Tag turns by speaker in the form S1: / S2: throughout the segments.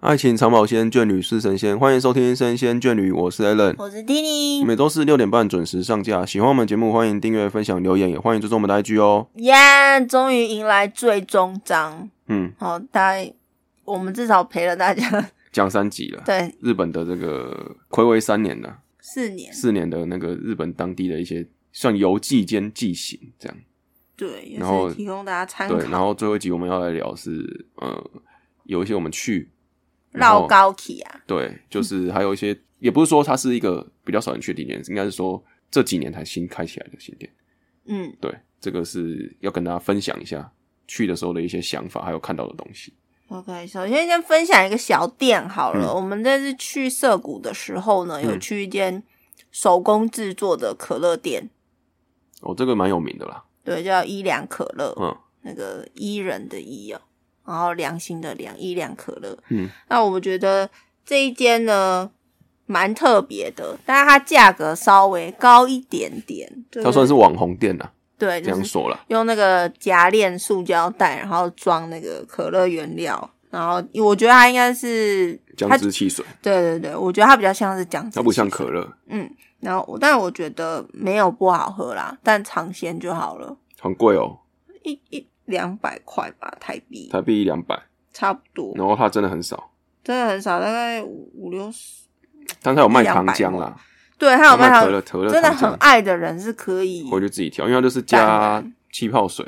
S1: 爱情长保鲜，眷侣是神仙。欢迎收听《生仙眷侣》，我是 Allen。
S2: 我是 Tini，
S1: 每周四六点半准时上架。喜欢我们节目，欢迎订阅、分享、留言，也欢迎追踪我们的 IG 哦。
S2: 耶终于迎来最终章。
S1: 嗯，
S2: 好，大概我们至少陪了大家
S1: 讲三集了。
S2: 对
S1: 日本的这个暌违三年了，
S2: 四年，
S1: 四年的那个日本当地的一些算游记兼记行这样。
S2: 对，也
S1: 然后
S2: 是提供大家参
S1: 对，然
S2: 考。
S1: 后最后一集我们要来聊是呃，有一些我们去然后
S2: 绕高起啊，
S1: 对，就是还有一些，也不是说它是一个比较少人去的店，应该是说这几年才新开起来的新店。
S2: 嗯，
S1: 对，这个是要跟大家分享一下去的时候的一些想法，还有看到的东西。
S2: OK，首先先分享一个小店好了。
S1: 嗯
S2: 我们这次去涩谷的时候呢，有
S1: 嗯
S2: 去一间手工制作的可乐店，
S1: 哦，这个蛮有名的啦。
S2: 对，叫伊良可乐，
S1: 嗯
S2: 那个伊人的伊哦，然后良心的良，伊良可乐。
S1: 嗯，
S2: 那我觉得这一间呢蛮特别的，但是它价格稍微高一点点，就
S1: 它算是网红店啦，
S2: 对，
S1: 这
S2: 就
S1: 样
S2: 是
S1: 说啦。
S2: 用那个夹链塑胶袋，然后装那个可乐原料。然后我觉得它应该是
S1: 姜
S2: 它
S1: 汁汽水，
S2: 对对对，我觉得它比较像是姜汁汽水，
S1: 它不像可乐，
S2: 嗯，然后我但我觉得没有不好喝啦，但尝鲜就好了，
S1: 很贵哦，
S2: 一一两百块吧台币，
S1: 台币一两百，
S2: 差不多，
S1: 然后它真的很少，
S2: 真的很少，大概五五六十。
S1: 但它有卖糖浆啦，
S2: 对，还哦有卖
S1: 它
S2: 糖
S1: 可乐，可乐
S2: 真的
S1: 糖
S2: 很
S1: 浆，
S2: 爱的人是可以，
S1: 回去自己调，因为它就是
S2: 淡
S1: 加
S2: 然
S1: 气泡水，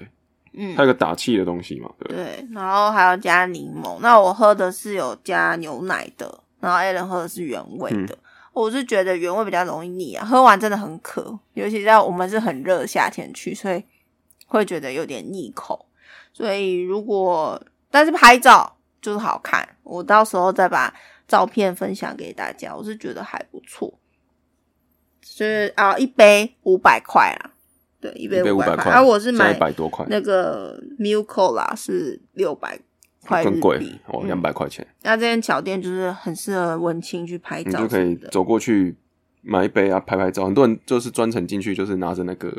S2: 嗯
S1: 它，有个打气的东西嘛，对不对，
S2: 对，然后还要加柠檬。那我喝的是有加牛奶的，然后 a l n 喝的是原味的。我是觉得原味比较容易腻啊，喝完真的很渴，尤其在我们是很热的夏天去，所以会觉得有点腻口。所以如果但是拍照就是好看，我到时候再把照片分享给大家，我是觉得还不错。就是啊，一杯五百块啦，对，一杯
S1: 一杯
S2: 五
S1: 五
S2: 百
S1: 百
S2: 块。
S1: 块，
S2: 啊，我是买
S1: 一百多块，
S2: 那个 Milko 啦是六百块日
S1: 更
S2: 币
S1: 贵哦，两。
S2: 嗯
S1: 百块钱，
S2: 那这间小店就是很适合文青去拍
S1: 你
S2: 照，
S1: 就可以
S2: 的。
S1: 走过去买一杯啊，拍拍照。很多人就是专程进去，就是拿着那个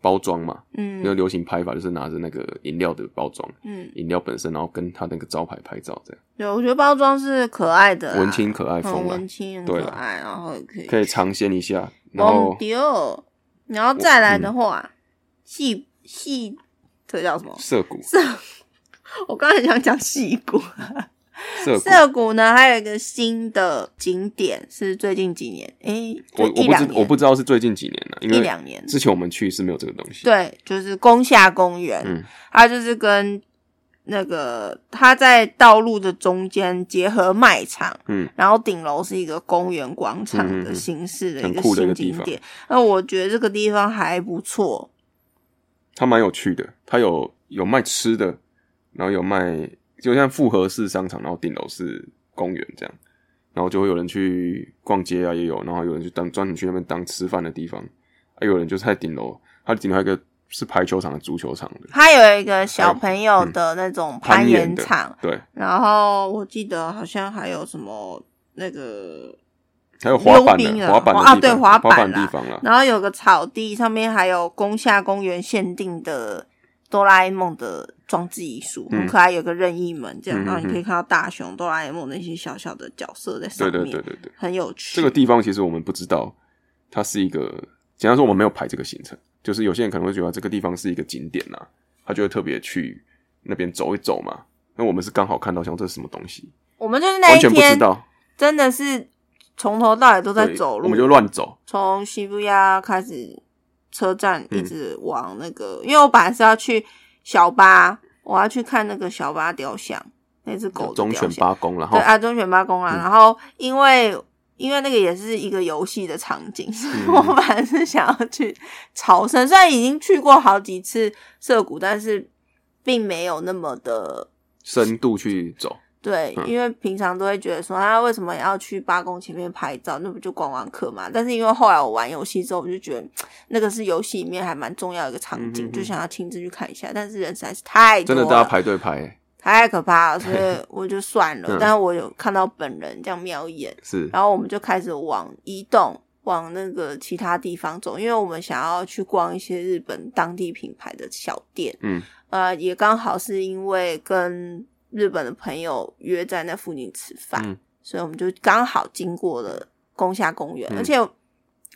S1: 包装嘛，那、
S2: 嗯
S1: 流行拍法就是拿着那个饮料的包装，
S2: 嗯，
S1: 饮料本身，然后跟它那个招牌拍照，这样
S2: 对，我觉得包装是可爱的啦，
S1: 文青可爱
S2: 很
S1: 风啊
S2: 文，青，很
S1: 对
S2: 可
S1: 啦
S2: 爱，然后也可以
S1: 可以尝鲜一下。然后嗯
S2: 蒙迪奥，然后再来的话，细细这叫什么？
S1: 涩谷，
S2: 我刚才想讲细谷，
S1: 涩谷，
S2: 涩谷呢还有一个新的景点是最近几年，诶，
S1: 我
S2: 就
S1: 我不
S2: 一两
S1: 知我
S2: 年，
S1: 不知道是最近几年啊了、因
S2: 一
S1: 为
S2: 两年
S1: 之前我们去是没有这个东西。，
S2: 对，就是宫下公园，
S1: 嗯
S2: 它就是跟那个它在道路的中间结合卖场，
S1: 嗯，
S2: 然后顶楼是一个公园广场
S1: 嗯嗯
S2: 的
S1: 嗯
S2: 形式的
S1: 很
S2: 一个
S1: 酷的一
S2: 新
S1: 个地
S2: 景
S1: 方
S2: 点。那我觉得这个地方还不错，
S1: 它蛮有趣的，它有有卖吃的，然后有卖就像复合式商场，然后顶楼是公园这样，然后就会有人去逛街啊，也有，然后有人去当专门去那边当吃饭的地方，啊，有人就是在顶楼，它顶楼还有一个是排球场的足球场的
S2: 它有一个小朋友的那种攀岩
S1: 嗯的
S2: 场，，
S1: 对，
S2: 然后我记得好像还有什么那个。
S1: 还有滑板
S2: 溜冰
S1: 的滑
S2: 啊
S1: 板的地方
S2: 滑啊对
S1: 滑
S2: 滑板啦
S1: 的地方啦，
S2: 然后有个草地，上面还有宫下公园限定的哆啦 A 梦的装置艺术，
S1: 嗯
S2: 很可爱，有个任意门这样，
S1: 嗯嗯嗯
S2: 然后你可以看到大雄、哆啦 A 梦那些小小的角色在上
S1: 对
S2: 面，
S1: 对对对对，
S2: 很有趣。
S1: 这个地方其实我们不知道，它是一个简单说我们没有排这个行程，就是有些人可能会觉得这个地方是一个景点呐、他就会特别去那边走一走嘛。那我们是刚好看到像这是什么东西，
S2: 我们就是那
S1: 完
S2: 一
S1: 全不知
S2: 天
S1: 道，
S2: 真的是从头到尾都在
S1: 对
S2: 走路，
S1: 我们就乱走。
S2: 从西布亚开始车站
S1: 嗯
S2: 一直往那个，因为我本来是要去小巴，我要去看那个小巴雕像，那只狗的
S1: 忠
S2: 雕
S1: 犬
S2: 像
S1: 八公，然后
S2: 对啊，忠犬八公啦。
S1: 嗯
S2: 然后因为因为那个也是一个游戏的场景，所以我本来是想要去朝圣，虽然已经去过好几次涩谷，但是并没有那么的。
S1: 深度去走，
S2: 对，
S1: 嗯
S2: 因为平常都会觉得说，啊，为什么要去八公前面拍照？那不就观光客嘛？但是因为后来我玩游戏之后，我就觉得嗯那个是游戏里面还蛮重要的一个场
S1: 嗯
S2: 景，
S1: 嗯嗯
S2: 就想要亲自去看一下。但是人实在是太多
S1: 真的
S2: 了，
S1: 大家排队排、
S2: 太可怕了，所以我就算了。
S1: 嗯
S2: 但是我有看到本人这样瞄一眼，
S1: 是
S2: 然后我们就开始往移动，往那个其他地方走，因为我们想要去逛一些日本当地品牌的小店。
S1: 嗯，
S2: 呃，也刚好是因为跟日本的朋友约在那附近吃饭，
S1: 嗯
S2: 所以我们就刚好经过了宫下公园，
S1: 嗯
S2: 而且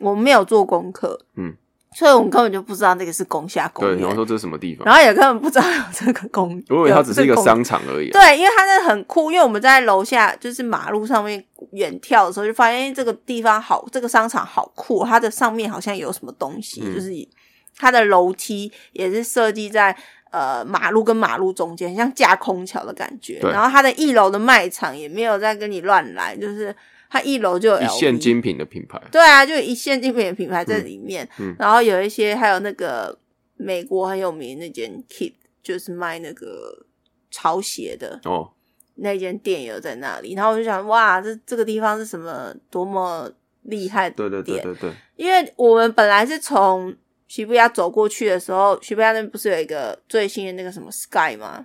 S2: 我们没有做功课，
S1: 嗯，
S2: 所以我们根本就不知道那个是宫下公
S1: 对，
S2: 园
S1: 然后，说这是什么地方？
S2: 然后也根本不知道有这个公，
S1: 我以为它只是一个
S2: 有这公
S1: 商场而已啊、
S2: 对，因为它那很酷，因为我们在楼下就是马路上面远眺的时候，就发现哎这个地方好，这个商场好酷，它的上面好像有什么东西，
S1: 嗯
S2: 就是它的楼梯也是设计在呃马路跟马路中间，很像架空桥的感觉。
S1: 对
S2: 然后它的一楼的卖场也没有在跟你乱来，就是它一楼就有
S1: 一
S2: 啊 LV
S1: 线精品的品牌，
S2: 对啊，就有一线精品的品牌在里面，
S1: 嗯嗯
S2: 然后有一些还有那个美国很有名的那间 Kid，就是卖那个潮鞋的
S1: 哦，
S2: 那间店也有在那里，然后我就想哇，这这个地方是什么多么厉害的
S1: 对对对
S2: 店
S1: 对对，
S2: 因为我们本来是从徐布亚走过去的时候，徐布亚那边不是有一个最新的那个什么 Sky 吗？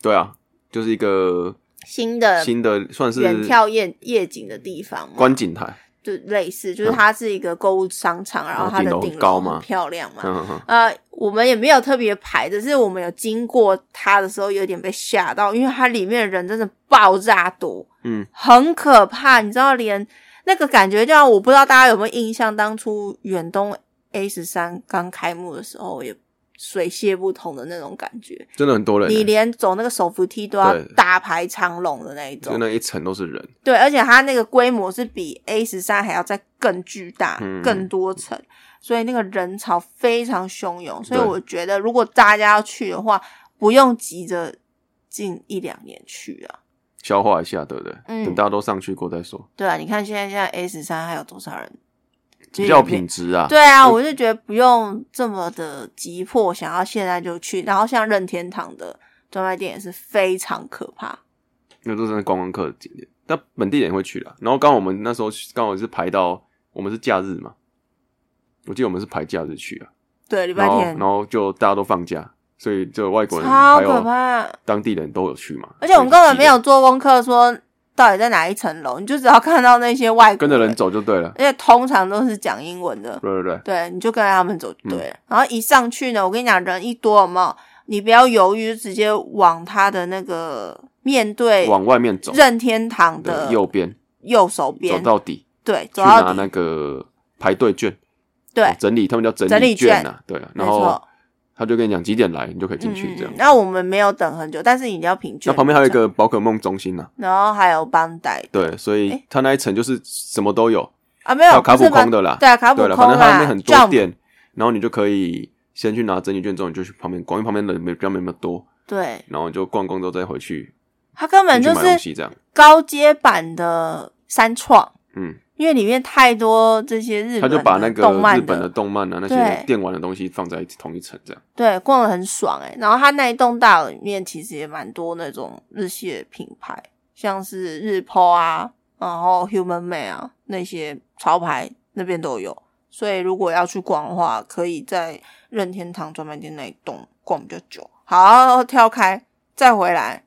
S1: 对啊，就是一个
S2: 新的
S1: 新的算是
S2: 呃远眺夜夜景的地方吗？
S1: 观景台，
S2: 就类似，就是它是一个购物商场，然后它的
S1: 啊顶楼
S2: 顶
S1: 高
S2: 楼
S1: 嘛
S2: 很漂亮嘛，
S1: 嗯嗯
S2: 呃，我们也没有特别排，只是我们有经过它的时候有点被吓到，因为它里面的人真的爆炸多，
S1: 嗯，
S2: 很可怕，你知道，连那个感觉就让我不知道大家有没有印象，当初远东 A 十三刚开幕的时候也。水泄不通的那种感觉，
S1: 真的很多人欸、
S2: 你连走那个手扶梯都要
S1: 对
S2: 大排长龙的那一
S1: 就
S2: 种，
S1: 那一层都是人，
S2: 对，而且它那个规模是比 A 十三还要再更巨大、
S1: 嗯
S2: 更多层，所以那个人潮非常汹涌。所以
S1: 对
S2: 我觉得，如果大家要去的话，不用急着近一两年去啊。
S1: 消化一下，对不对？
S2: 嗯
S1: 等大家都上去过再说，
S2: 对啊，你看现在现在 A 十三还有多少人？
S1: 比较品质啊，
S2: 对啊，我就觉得不用这么的急迫，想要现在就去。然后像任天堂的专卖店也是非常可怕，
S1: 那都是观光客的景点，但本地人也会去啦。然后刚好我们那时候去刚好是排到我们是假日嘛，我记得我们是排假日去啊，
S2: 对，礼拜
S1: 然后
S2: 天
S1: 然后就大家都放假，所以就外国人
S2: 超
S1: 还
S2: 可
S1: 有
S2: 怕。
S1: 当地人都有去嘛，
S2: 而且我们根本没
S1: 所
S2: 有
S1: 以
S2: 做功课，说到底在哪一层楼，你就只要看到那些外国
S1: 跟着人，走就对了，
S2: 而且通常都是讲英文的，
S1: 对对对，
S2: 对，你就跟着他们走就对
S1: 嗯
S2: 了。然后一上去呢，我跟你讲，人一多有没有？你不要犹豫，就直接往他的那个面对
S1: 往外面走，
S2: 任天堂的
S1: 对右边
S2: 右
S1: 走
S2: 手边，
S1: 到底，
S2: 对，
S1: 去
S2: 走
S1: 拿
S2: 到
S1: 那
S2: 底，
S1: 个排队券，
S2: 对，
S1: 哦整理他们叫整
S2: 哎整理
S1: 券
S2: 券
S1: 啊，对啊，
S2: 没
S1: 然后
S2: 错。
S1: 他就跟你讲几点来，你就可以进去
S2: 嗯
S1: 这样
S2: 嗯。那我们没有等很久，但是你一定要平均。
S1: 那旁边还有一，个宝可梦中心呐、
S2: 然后还有邦代
S1: 对，所以它那一层就是什么都有，
S2: 啊，没
S1: 还
S2: 有
S1: 有卡普
S2: 不是吧
S1: 空的啦，
S2: 对啊，卡普
S1: 对
S2: 空
S1: 了，反正
S2: 啦，
S1: 它那边很多
S2: Jump
S1: 店，然后你就可以先去拿整理券，之后你就去旁边逛，因为旁边人没比较没那么多，
S2: 对，
S1: 然后你就逛逛之后再回去，
S2: 它根本
S1: 进去
S2: 就
S1: 买东
S2: 是
S1: 西这样，
S2: 高阶版的三创，
S1: 嗯，
S2: 因为里面太多这些日
S1: 他
S2: 本
S1: 就把那
S2: 的
S1: 个
S2: 动
S1: 日
S2: 漫
S1: 本的
S2: 的，
S1: 动漫啊那些
S2: 对
S1: 电玩的东西放在一起同一层这样，
S2: 对，逛的很爽哎、然后它那一栋大楼里面其实也蛮多那种日系的品牌，像是日 PO 啊，然后 Human Made 啊那些潮牌那边都有。所以如果要去逛的话，可以在任天堂专卖店那一栋逛比较久。好，跳开再回来，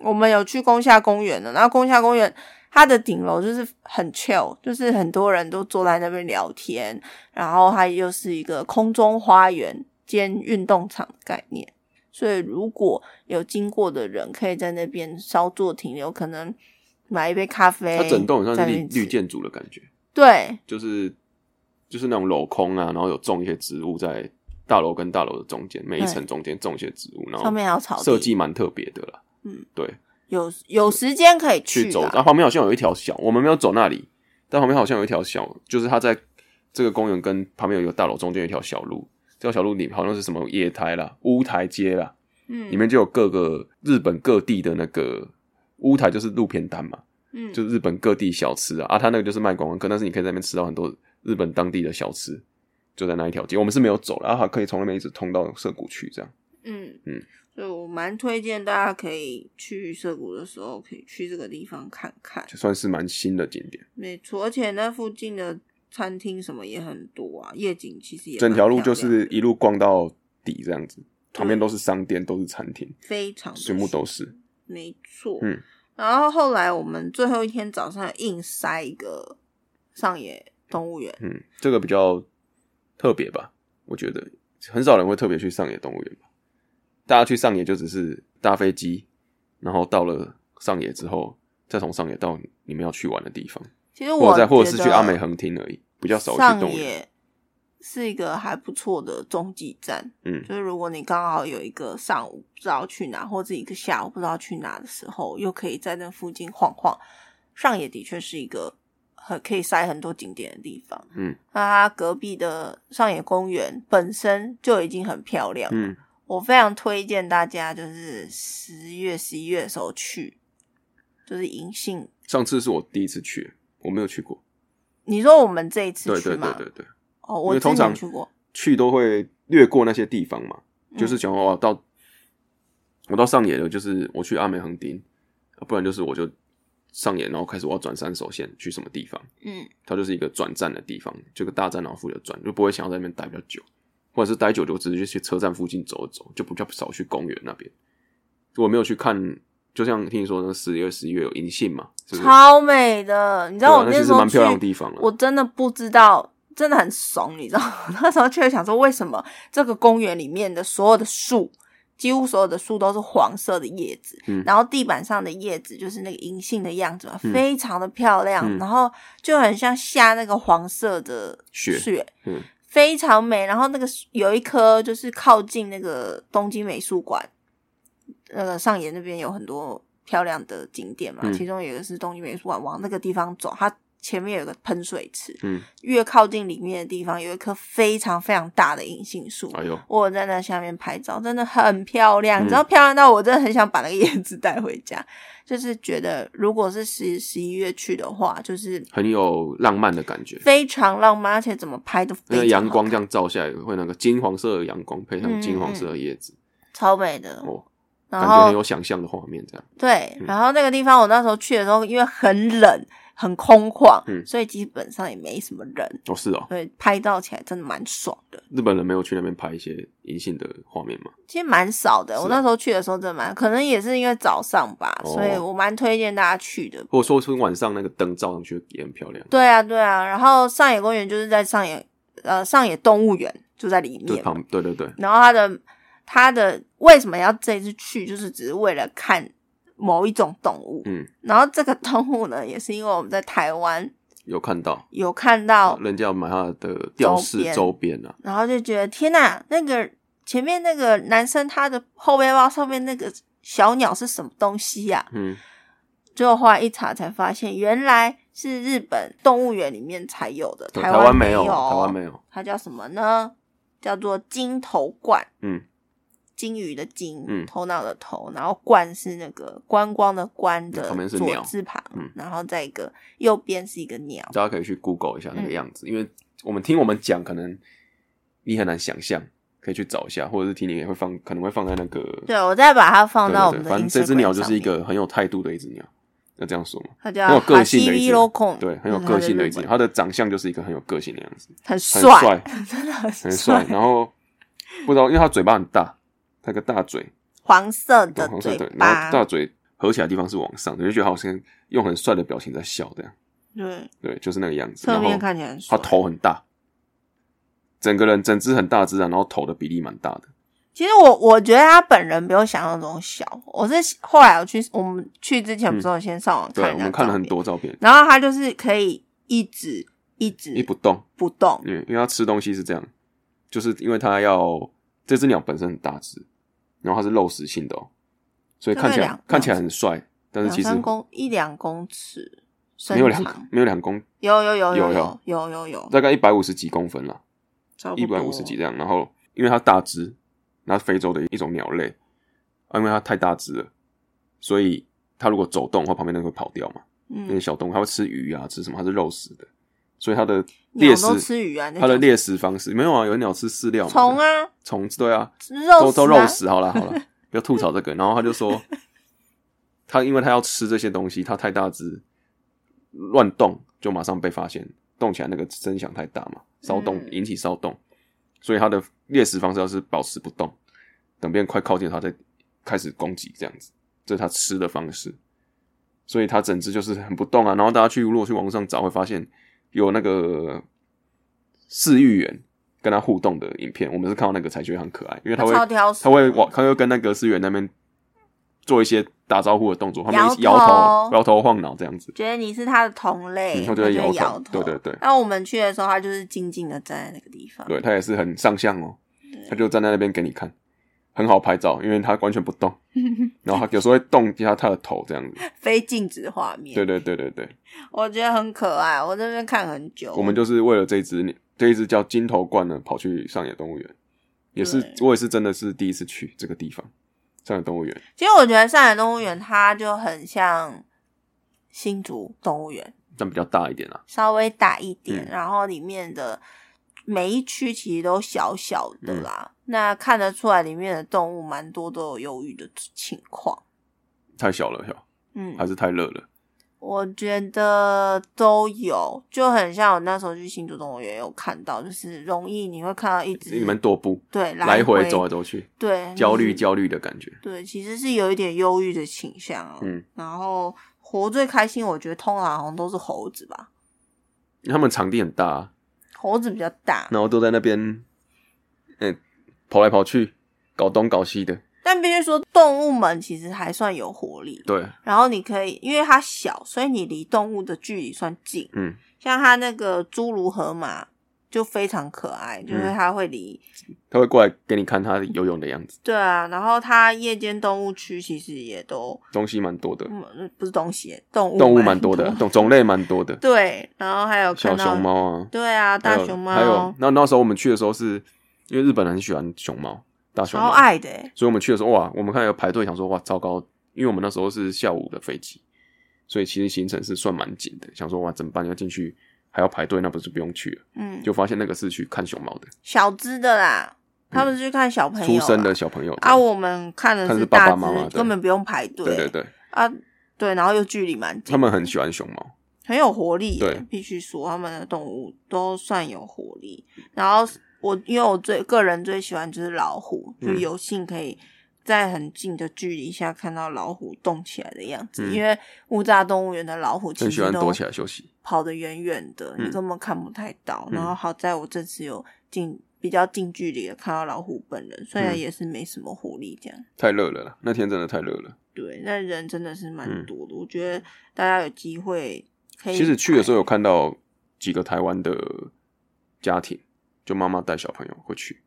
S2: 我们有去宫下公园的，然后宫下公园它的顶楼就是很 chill，就是很多人都坐在那边聊天，然后它又是一个空中花园兼运动场的概念，所以如果有经过的人，可以在那边稍作停留，可能买一杯咖啡。
S1: 它整栋很像
S2: 在
S1: 是
S2: 那
S1: 绿
S2: 边吃
S1: 绿建筑的感觉，
S2: 对
S1: 就是就是那种镂空啊，然后有种一些植物在大楼跟大楼的中间，每一层中间种一些植物，然
S2: 上
S1: 后
S2: 面还有草地
S1: 设计蛮特别的啦，
S2: 嗯，
S1: 对，
S2: 有有时间可以
S1: 去走，
S2: 啦
S1: 然后旁边好像有一条小，我们没有走那里，但旁边好像有一条小，就是它在这个公园跟旁边有一个大楼中间有一条小路，这条小路里好像是什么野台啦、乌台街啦，
S2: 嗯
S1: 里面就有各个日本各地的那个乌台，就是路边摊嘛，
S2: 嗯
S1: 就是日本各地小吃啊，啊，它那个就是卖观光客，但是你可以在那边吃到很多日本当地的小吃。就在那一条街，我们是没有走了，啊，还可以从那边一直通到涩谷去，这样。
S2: 嗯
S1: 嗯
S2: 嗯，所以我蛮推荐大家可以去涩谷的时候，可以去这个地方看看。
S1: 就算是蛮新的景点，
S2: 没错，而且那附近的餐厅什么也很多啊，夜景其实也
S1: 整
S2: 蛮
S1: 条路就
S2: 漂亮
S1: 是一路逛到底这样子，旁边都是商店，都是餐厅，
S2: 非常的
S1: 全部都是。
S2: 没错。
S1: 嗯，
S2: 然后后来我们最后一天早上硬塞一个上野动物园，
S1: 嗯，这个比较特别吧，我觉得很少人会特别去上野动物园吧。大家去上野就只是搭飞机，然后到了上野之后，再从上野到你们要去玩的地方，
S2: 其实
S1: 或
S2: 我
S1: 者再或者
S2: 觉
S1: 是
S2: 得
S1: 去阿美横厅而已，比较少去
S2: 上
S1: 动物园。
S2: 野是一个还不错的中继站，
S1: 嗯
S2: 就是如果你刚好有一个上午不知道去哪，或者一个下午不知道去哪的时候，又可以在那附近晃晃。上野的确是一个很可以塞很多景点的地方。
S1: 嗯，
S2: 那它隔壁的上野公园本身就已经很漂亮了，
S1: 嗯，
S2: 我非常推荐大家就是十月、十一月的时候去，就是银杏。
S1: 上次是我第一次去，我没有去过。
S2: 你说我们这一次
S1: 对
S2: 去
S1: 对
S2: 吗？
S1: 对对对，
S2: 哦，
S1: 因
S2: 我
S1: 为通
S2: 之前
S1: 常
S2: 去过，
S1: 去都会略过那些地方嘛，
S2: 嗯
S1: 就是想我到我到上野了，就是我去阿美横町，不然就是我就上野，然后开始我要转山手线去什么地方，
S2: 嗯，
S1: 它就是一个转站的地方，就个大站然后负责转，就不会想要在那边待比较久，或者是待久就直接去车站附近走一走，就比较少去公园那边。我没有去看，就像听你说那十月、十一月有银杏嘛，是不是？
S2: 超美的。你知
S1: 对
S2: 道
S1: 啊
S2: 我
S1: 那其
S2: 时
S1: 实
S2: 候
S1: 蛮
S2: 去，
S1: 漂亮的地方啊了。
S2: 我真的不知道，真的很怂，你知道吗？那时候去了想说，为什么这个公园里面的所有的树，几乎所有的树都是黄色的叶子，
S1: 嗯
S2: 然后地板上的叶子就是那个银杏的样子嘛，
S1: 嗯
S2: 非常的漂亮，
S1: 嗯
S2: 然后就很像下那个黄色的
S1: 雪
S2: 雪
S1: 嗯
S2: 非常美。然后那个有一棵就是靠近那个东京美术馆，那个呃上野那边有很多漂亮的景点嘛，
S1: 嗯
S2: 其中有一个是东京美术馆，往那个地方走，它前面有个喷水池，
S1: 嗯，
S2: 越靠近里面的地方有一棵非常非常大的银杏树。
S1: 哎呦，
S2: 我有在那下面拍照，真的很漂亮，
S1: 嗯
S2: 你知道漂亮到我真的很想把那个叶子带回家。就是觉得如果是十十一月去的话，就是
S1: 很有浪漫的感觉。
S2: 非常浪漫，而且怎么拍都非
S1: 那
S2: 常
S1: 个阳
S2: 好
S1: 光这样照下来，会那个金黄色的阳光配上金黄色的叶子，
S2: 超美的。
S1: 哦，
S2: 嗯然
S1: 感觉很
S2: 后
S1: 有想象的画面。这样，
S2: 对，
S1: 嗯
S2: 然后那个地方我那时候去的时候，因为很冷、很空旷，
S1: 嗯
S2: 所以基本上也没什么人，
S1: 哦，是哦，
S2: 所以拍照起来真的蛮爽的。
S1: 日本人没有去那边拍一些银杏的画面嘛？
S2: 其实蛮少的，
S1: 是啊
S2: 我那时候去的时候真的蛮，可能也是因为早上吧，
S1: 哦
S2: 所以我蛮推荐大家去的。
S1: 或者说是晚上那个灯照上去也很漂亮，
S2: 对啊，对啊。然后上野公园就是在上野，呃，上野动物园就在里
S1: 就
S2: 面嘛，
S1: 旁，对对对，
S2: 然后它的它的为什么要这一次去，就是只是为了看某一种动物。
S1: 嗯，
S2: 然后这个动物呢，也是因为我们在台湾
S1: 有看到
S2: 有看到，
S1: 人家有买他的吊饰周边啊，
S2: 然后就觉得天哪，那个前面那个男生他的后背包上面那个小鸟是什么东西呀、
S1: 嗯，
S2: 最后后来一查才发现，原来是日本动物园里面才有的，
S1: 对，
S2: 台
S1: 湾
S2: 没
S1: 有，台湾
S2: 湾
S1: 没
S2: 有。
S1: 有，
S2: 它叫什么呢？叫做金头冠。
S1: 嗯，
S2: 金鱼的金，
S1: 嗯
S2: 头脑的头，然后冠是那个观光的观的
S1: 旁边是
S2: 左
S1: 鸟
S2: 字旁，
S1: 嗯
S2: 然后再一个右边是一个鸟，
S1: 大家可以去 Google 一下那
S2: 嗯
S1: 个样子，因为我们听我们讲，可能你很难想象，可以去找一下，或者是听你也会放，可能会放在那个
S2: 对，我再把它放
S1: 对
S2: 到我
S1: 对
S2: 们
S1: 对，
S2: 的
S1: 反正这只
S2: Instagram
S1: 鸟就是一
S2: 上面，
S1: 个很有态度的一只鸟，要这样说嘛，
S2: 它叫
S1: 很有个性的
S2: Hashi
S1: 一只
S2: Locon，
S1: 对，很有
S2: 就是它
S1: 个性的一
S2: 日
S1: 只
S2: 文
S1: 鸟，它的长相就是一个很有个性的样子，
S2: 很
S1: 很
S2: 帅，
S1: 帅，
S2: 真的很
S1: 很帅。然后不知道，因为它嘴巴很大，它有个大嘴，
S2: 黄色
S1: 对
S2: 的
S1: 黄色
S2: 嘴
S1: 的，然
S2: 巴
S1: 后，大嘴合起来的地方是往上的，就觉得好像用很帅的表情在笑这样，
S2: 对，
S1: 对，就是那个样子。
S2: 侧
S1: 然后
S2: 面看起来很
S1: 它
S2: 帅。
S1: 头很大，整个人整只很大只啊，然后头的比例蛮大的，
S2: 其实我我觉得他本人没有想象中小，我是后来我去我们去之前不是有先上网看
S1: 嗯对，啊
S2: 人
S1: 我
S2: 家
S1: 们看了
S2: 照
S1: 很
S2: 片，
S1: 多照片，
S2: 然后他就是可以一直一直
S1: 一不动。
S2: 不动，
S1: 嗯，因为它吃东西是这样，就是因为它要这只鸟本身很大只，然后它是肉食性的哦，所以看起
S2: 大概
S1: 来
S2: 两
S1: 看起来很帅，但是
S2: 两
S1: 其实
S2: 三公一两公尺，身
S1: 没有两
S2: 长
S1: 没有两公，
S2: 有有有
S1: 有
S2: 有有有有，
S1: 大概一百五十几公分啦，
S2: 差不
S1: 一
S2: 多
S1: 百五十几这样。然后因为它大只，那非洲的一种鸟类，啊，因为它太大只了，所以它如果走动的话，旁边那个会跑掉嘛。那些
S2: 嗯，
S1: 小动物它会吃鱼啊，吃什么？它是肉食的，所以它的
S2: 鸟
S1: 猎
S2: 都
S1: 食
S2: 吃鱼啊，那
S1: 它的
S2: 种
S1: 猎食方式没有啊，有鸟吃饲料嘛，
S2: 虫啊，
S1: 虫对啊，
S2: 肉
S1: 都都
S2: 丝
S1: 肉
S2: 啊，
S1: 食好了 好了，不要吐槽这个。然后他就说，他因为他要吃这些东西，他太大只，乱动就马上被发现，动起来那个声响太大嘛，骚动
S2: 嗯
S1: 引起骚动，所以他的猎食方式要是保持不动，等别人快靠近他再开始攻击这样子，这是他吃的方式。所以他整只就是很不动啊，然后大家去如果去网上找，会发现有那个饲育员跟他互动的影片，我们是看到那个才觉得很可爱，因为他会
S2: 超挑食，
S1: 他会往，他会跟那个思源那边做一些打招呼的动作，他们一
S2: 摇
S1: 摇
S2: 头
S1: 头、摇头晃脑这样子。
S2: 觉得你是他的同类，
S1: 嗯他
S2: 他就
S1: 就会摇头
S2: 摇
S1: 对
S2: 头。
S1: 对对
S2: 那我们去的时候，他就是静静的站在那个地方。
S1: 对他也是很上相哦，他就站在那边给你看，很好拍照，因为他完全不 动，然后他有时候会动一下他的头这样子。
S2: 非静止画面，
S1: 对对对对对，
S2: 我觉得很可爱。我这边看很久，
S1: 我们就是为了这一只这一只叫金头冠呢，跑去上野动物园，也是
S2: 对
S1: 我也是真的是第一次去这个地方，上野动物园
S2: 其实我觉得上海动物园它就很像新竹动物园，
S1: 但比较大一点啊啦。
S2: 稍微大一点，
S1: 嗯
S2: 然后里面的每一区其实都小小的
S1: 嗯
S2: 啦，那看得出来里面的动物蛮多都有忧郁的情况。
S1: 太小了，小
S2: 嗯，
S1: 还是太热了。
S2: 我觉得都有，就很像我那时候去新竹动物园有看到，就是容易你会看到一只
S1: 你们踱步
S2: 对
S1: 来
S2: 嗯回嗯
S1: 回走来走去，
S2: 对
S1: 焦虑
S2: 就是
S1: 焦虑的感觉。
S2: 对，其实是有一点忧郁的倾向啊。
S1: 嗯，
S2: 然后活最开心，我觉得通常好像都是猴子吧，
S1: 因为他们场地很大、啊，
S2: 猴子比较大，
S1: 然后都在那边，嗯、跑来跑去，搞东搞西的。
S2: 但必须说动物们其实还算有活力。
S1: 对，
S2: 然后你可以，因为它小，所以你离动物的距离算近。
S1: 嗯，
S2: 像它那个侏儒河马就非常可爱，就是
S1: 嗯
S2: 它会离、
S1: 他会过来给你看他游泳的样子，
S2: 对啊，然后它夜间动物区其实也都
S1: 东西蛮多的，
S2: 嗯不是东西，动物
S1: 动物
S2: 蛮
S1: 蛮多的，种种类蛮多的，
S2: 对，然后还有
S1: 小
S2: 看到
S1: 熊，猫啊，
S2: 对啊，大
S1: 还有
S2: 熊猫，
S1: 还有那那时候我们去的时候是，因为日本人很喜欢熊猫，大熊
S2: 超
S1: 猫，
S2: 爱的欸、
S1: 所以我们去的时候哇，我们看有排队，想说哇糟糕，因为我们那时候是下午的飞机，所以其实行程是算蛮紧的，想说哇怎么办，要进去还要排队，那不是不用去了？
S2: 嗯，
S1: 就发现那个是去看熊猫的，
S2: 小只的啦，他们是去看小朋友
S1: 出
S2: 啦
S1: 生的小朋友
S2: 啊，我们看的
S1: 看的
S2: 是
S1: 是爸
S2: 大
S1: 爸
S2: 只，
S1: 妈妈对
S2: 根本不用排队。
S1: 对对对，
S2: 啊，对，然后又距离蛮近，
S1: 他们很喜欢熊猫，
S2: 很有活力耶，
S1: 对
S2: 必须说他们的动物都算有活力。然后我因为我最个人最喜欢就是老虎，就
S1: 嗯
S2: 有幸可以。在很近的距离下看到老虎动起来的样子，
S1: 嗯
S2: 因为乌扎动物园的老虎其
S1: 很喜
S2: 实
S1: 欢
S2: 都
S1: 躲起来休息。
S2: 跑得远远的，
S1: 嗯
S2: 你根本看不太到。
S1: 嗯
S2: 然后好在我这次有近比较近距离的看到老虎本人，虽然
S1: 嗯
S2: 也是没什么狐狸这样。
S1: 太热了啦，那天真的太热了。
S2: 对，那人真的是蛮
S1: 嗯
S2: 多的。我觉得大家有机会可以，
S1: 其实去的时候有看到几个台湾的家庭，就妈妈带小朋友会去，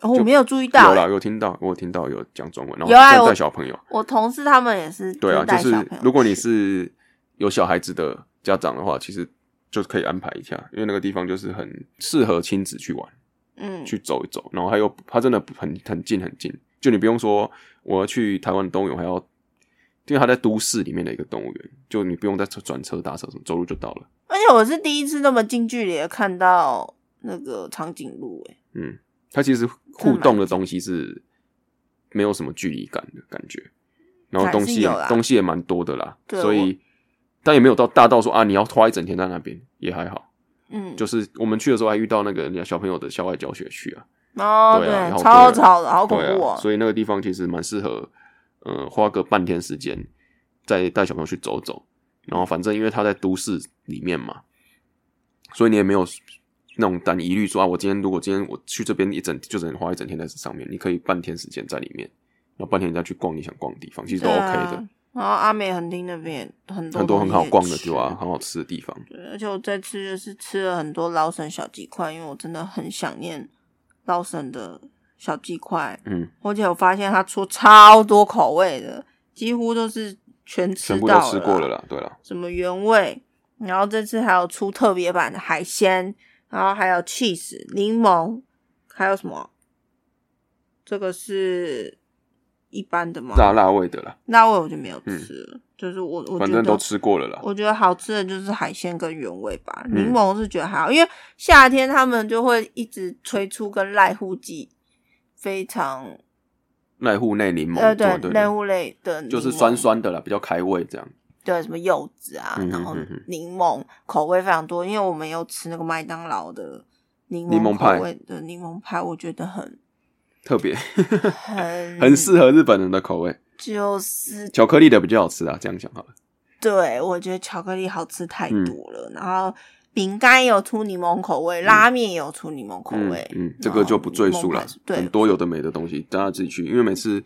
S2: 哦、我
S1: 就
S2: 没有注意
S1: 有
S2: 到、
S1: 啦，有听到，我有听到有讲中文，然后
S2: 有啊
S1: 有
S2: 我
S1: 带小朋友，
S2: 我同事他们也是
S1: 对啊，就
S2: 带
S1: 是
S2: 小朋友
S1: 如果你
S2: 去
S1: 是有小孩子的家长的话，其实就可以安排一下，因为那个地方就是很适合亲子去玩，
S2: 嗯
S1: 去走一走，然后还有它真的很很近很近，就你不用说我要去台湾的动物园，还要因为它在都市里面的一个动物园，就你不用再转车搭车什么，走路就到了。
S2: 而且我是第一次那么近距离的看到那个长颈鹿、欸，
S1: 嗯，它其实互动的东西是没有什么距离感的感觉，然后东西也
S2: 还是有啦
S1: 东西也蛮多的啦，
S2: 对
S1: 所以但也没有到大到说啊你要花一整天在那边也还好，
S2: 嗯，
S1: 就是我们去的时候还遇到那个人家小朋友的校外教学去啊，
S2: 哦
S1: 对啊然后
S2: 超
S1: 对啊
S2: 吵的，好恐
S1: 对
S2: 怖
S1: 啊，
S2: 哦、
S1: 所以那个地方其实蛮适合，呃，花个半天时间再带小朋友去走走，然后反正因为他在都市里面嘛，所以你也没有那种担疑虑说啊，我今天如果今天我去这边一整就只能花一整天在这上面，你可以半天时间在里面，然后半天再去逛你想逛的地方，其实都
S2: 对
S1: OK
S2: 啊
S1: 的，
S2: 然后阿美横丁那边也很多
S1: 很多
S2: 东
S1: 很
S2: 西
S1: 好
S2: 可以
S1: 逛的
S2: 吃
S1: 地方啊，很好吃的地方。
S2: 对，而且我这次就是吃了很多老沈小鸡块，因为我真的很想念老沈的小鸡块，
S1: 嗯，
S2: 而且我发现它出超多口味的，几乎都是全吃
S1: 全部都
S2: 到
S1: 吃过了
S2: 啦，
S1: 啦，对啦，
S2: 什么原味，然后这次还有出特别版的海鲜，然后还有 cheese、柠檬，还有什么？这个是一般的吗？
S1: 辣辣味的啦，
S2: 辣味我就没有吃了，就是我我
S1: 反
S2: 觉得
S1: 正都吃过了啦。
S2: 我觉得好吃的就是海鲜跟原味吧，
S1: 嗯
S2: 柠檬是觉得还好，因为夏天他们就会一直推出跟濑户剂非常
S1: 濑户内柠檬，
S2: 呃对
S1: 对对
S2: 濑户类的柠檬，
S1: 就是酸酸的啦，比较开胃这样。
S2: 对什么柚子啊，
S1: 嗯哼
S2: 然后
S1: 嗯哼
S2: 柠檬口味非常多，因为我们有吃那个麦当劳的柠
S1: 柠檬派
S2: 口味的柠檬派，我觉得很
S1: 特别
S2: 很
S1: 很适合日本人的口味，
S2: 就是
S1: 巧克力的比较好吃啊，这样讲好了。
S2: 对我觉得巧克力好吃太
S1: 嗯
S2: 多了，然后。饼干也有出柠檬口味，拉面也有出柠檬口
S1: 嗯
S2: 味，
S1: 嗯，这个就不赘述了
S2: 然后柠檬派，对
S1: 很多有的没的东西，大家自己去，因为每次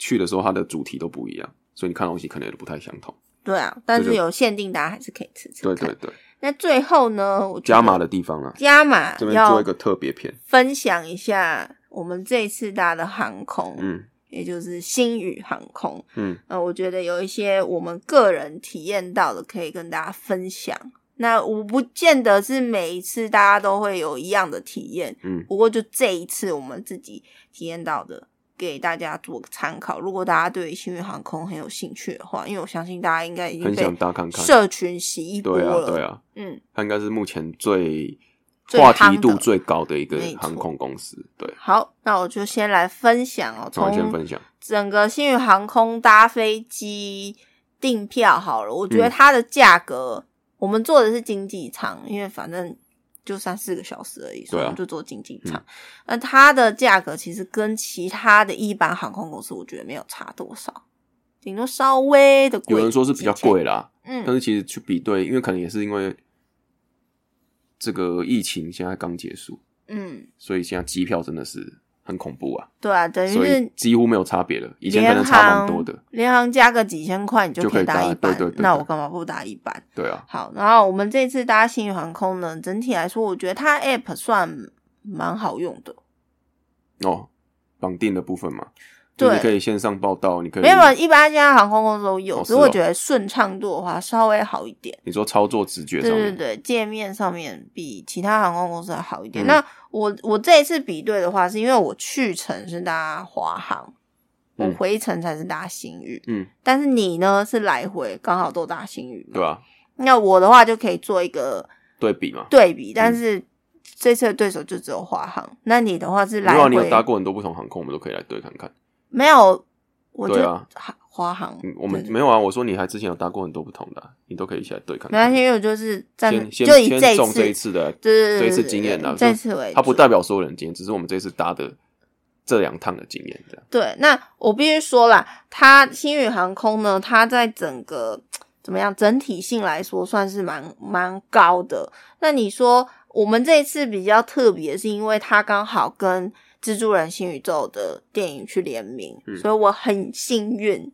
S1: 去的时候它的主题都不一样，所以你看东西可能也都不太相同。
S2: 对啊，但
S1: 这就
S2: 是有限定，大家还是可以吃吃
S1: 对
S2: 看。
S1: 对对，
S2: 那最后呢，我觉
S1: 加
S2: 得
S1: 码的地方啦，啊
S2: 加码
S1: 这边做
S2: 要
S1: 一个特别篇。
S2: 分享一下我们这一次搭的航空，
S1: 嗯
S2: 也就是星宇航空。
S1: 嗯，
S2: 呃，我觉得有一些我们个人体验到的，可以跟大家分享。那我不见得是每一次大家都会有一样的体验，
S1: 嗯
S2: 不过就这一次我们自己体验到的，给大家做个参考。如果大家对星宇航空很有兴趣的话，因为我相信大家应该已经
S1: 很想
S2: 被
S1: 搭看看。
S2: 社群洗一波
S1: 对啊
S2: 了，
S1: 对啊，
S2: 嗯，
S1: 它应该是目前最
S2: 最
S1: 话
S2: 夯
S1: 题度
S2: 的
S1: 最高的一个
S2: 没错
S1: 航空公司。对，
S2: 好，那我就先来分享哦，
S1: 那我先
S2: 从
S1: 分享。
S2: 整个星宇航空搭飞机订票好了，我觉得
S1: 嗯
S2: 它的价格，我们坐的是经济舱，因为反正就三四个小时而已，所以
S1: 对啊
S2: 我们就坐经济舱。那它的价格其实跟其他的一般航空公司，我觉得没有差多少，顶多稍微的贵。
S1: 有人说是比较，贵啦，但
S2: 嗯，
S1: 是其实去比对，因为可能也是因为这个疫情现在刚结束，
S2: 嗯，
S1: 所以现在机票真的是很恐怖啊，
S2: 对啊，等于
S1: 所以
S2: 是
S1: 几乎没有差别了。以前可能
S2: 联
S1: 差蛮
S2: 航
S1: 多的，，
S2: 联航加个几千块，你就
S1: 就
S2: 可
S1: 可
S2: 以
S1: 以
S2: 打
S1: 搭
S2: 一班。
S1: 对对对
S2: 那
S1: 对
S2: 我干嘛不打一班？
S1: 对啊，
S2: 好，然后我们这次搭星宇航空呢，整体来说，我觉得它 App 算蛮好用的。
S1: 哦，绑定的部分嘛，
S2: 对
S1: 就你可以线上报到，你可以
S2: 没有，一般现在航空公司都有，
S1: 哦
S2: 只是我
S1: 是哦
S2: 觉得顺畅度的话稍微好一点。
S1: 你说操作直觉
S2: 对
S1: 上
S2: 对
S1: 面，
S2: 对，界面上面比其他航空公司还好一点。
S1: 嗯
S2: 那我我这一次比对的话，是因为我去程是搭华航，我
S1: 嗯
S2: 回程才是搭星宇，
S1: 嗯，
S2: 但是你呢是来回刚好都搭星宇嘛？
S1: 对吧？
S2: 那我的话就可以做一个
S1: 对比嘛，
S2: 对比，
S1: 嗯
S2: 但是这次的对手就只有华航。那你的话是来
S1: 如果你
S2: 回
S1: 有搭过很多不同航空，我们都可以来对看看。
S2: 没有？我就
S1: 对啊
S2: 哈华航
S1: 嗯，我们
S2: 对
S1: 没有啊，我说你还之前有搭过很多不同的啊，你都可以一起来对看
S2: 没关
S1: 看
S2: 系，。因为我就是站
S1: 先先
S2: 就以
S1: 先
S2: 这一
S1: 中
S2: 次，
S1: 这一次的
S2: 对对对对
S1: 这一次
S2: 对
S1: 经验啊
S2: 对这
S1: 就
S2: 次为
S1: 它不
S2: 主
S1: 代表所有人的经验，只是我们这次搭的这两趟的经验这样。
S2: 对。那我必须说啦，它星宇航空呢，它在整个怎么样整体性来说算是蛮蛮高的。那你说我们这一次比较特别，是因为它刚好跟蜘蛛人新宇宙的电影去联名，
S1: 嗯
S2: 所以我很幸运，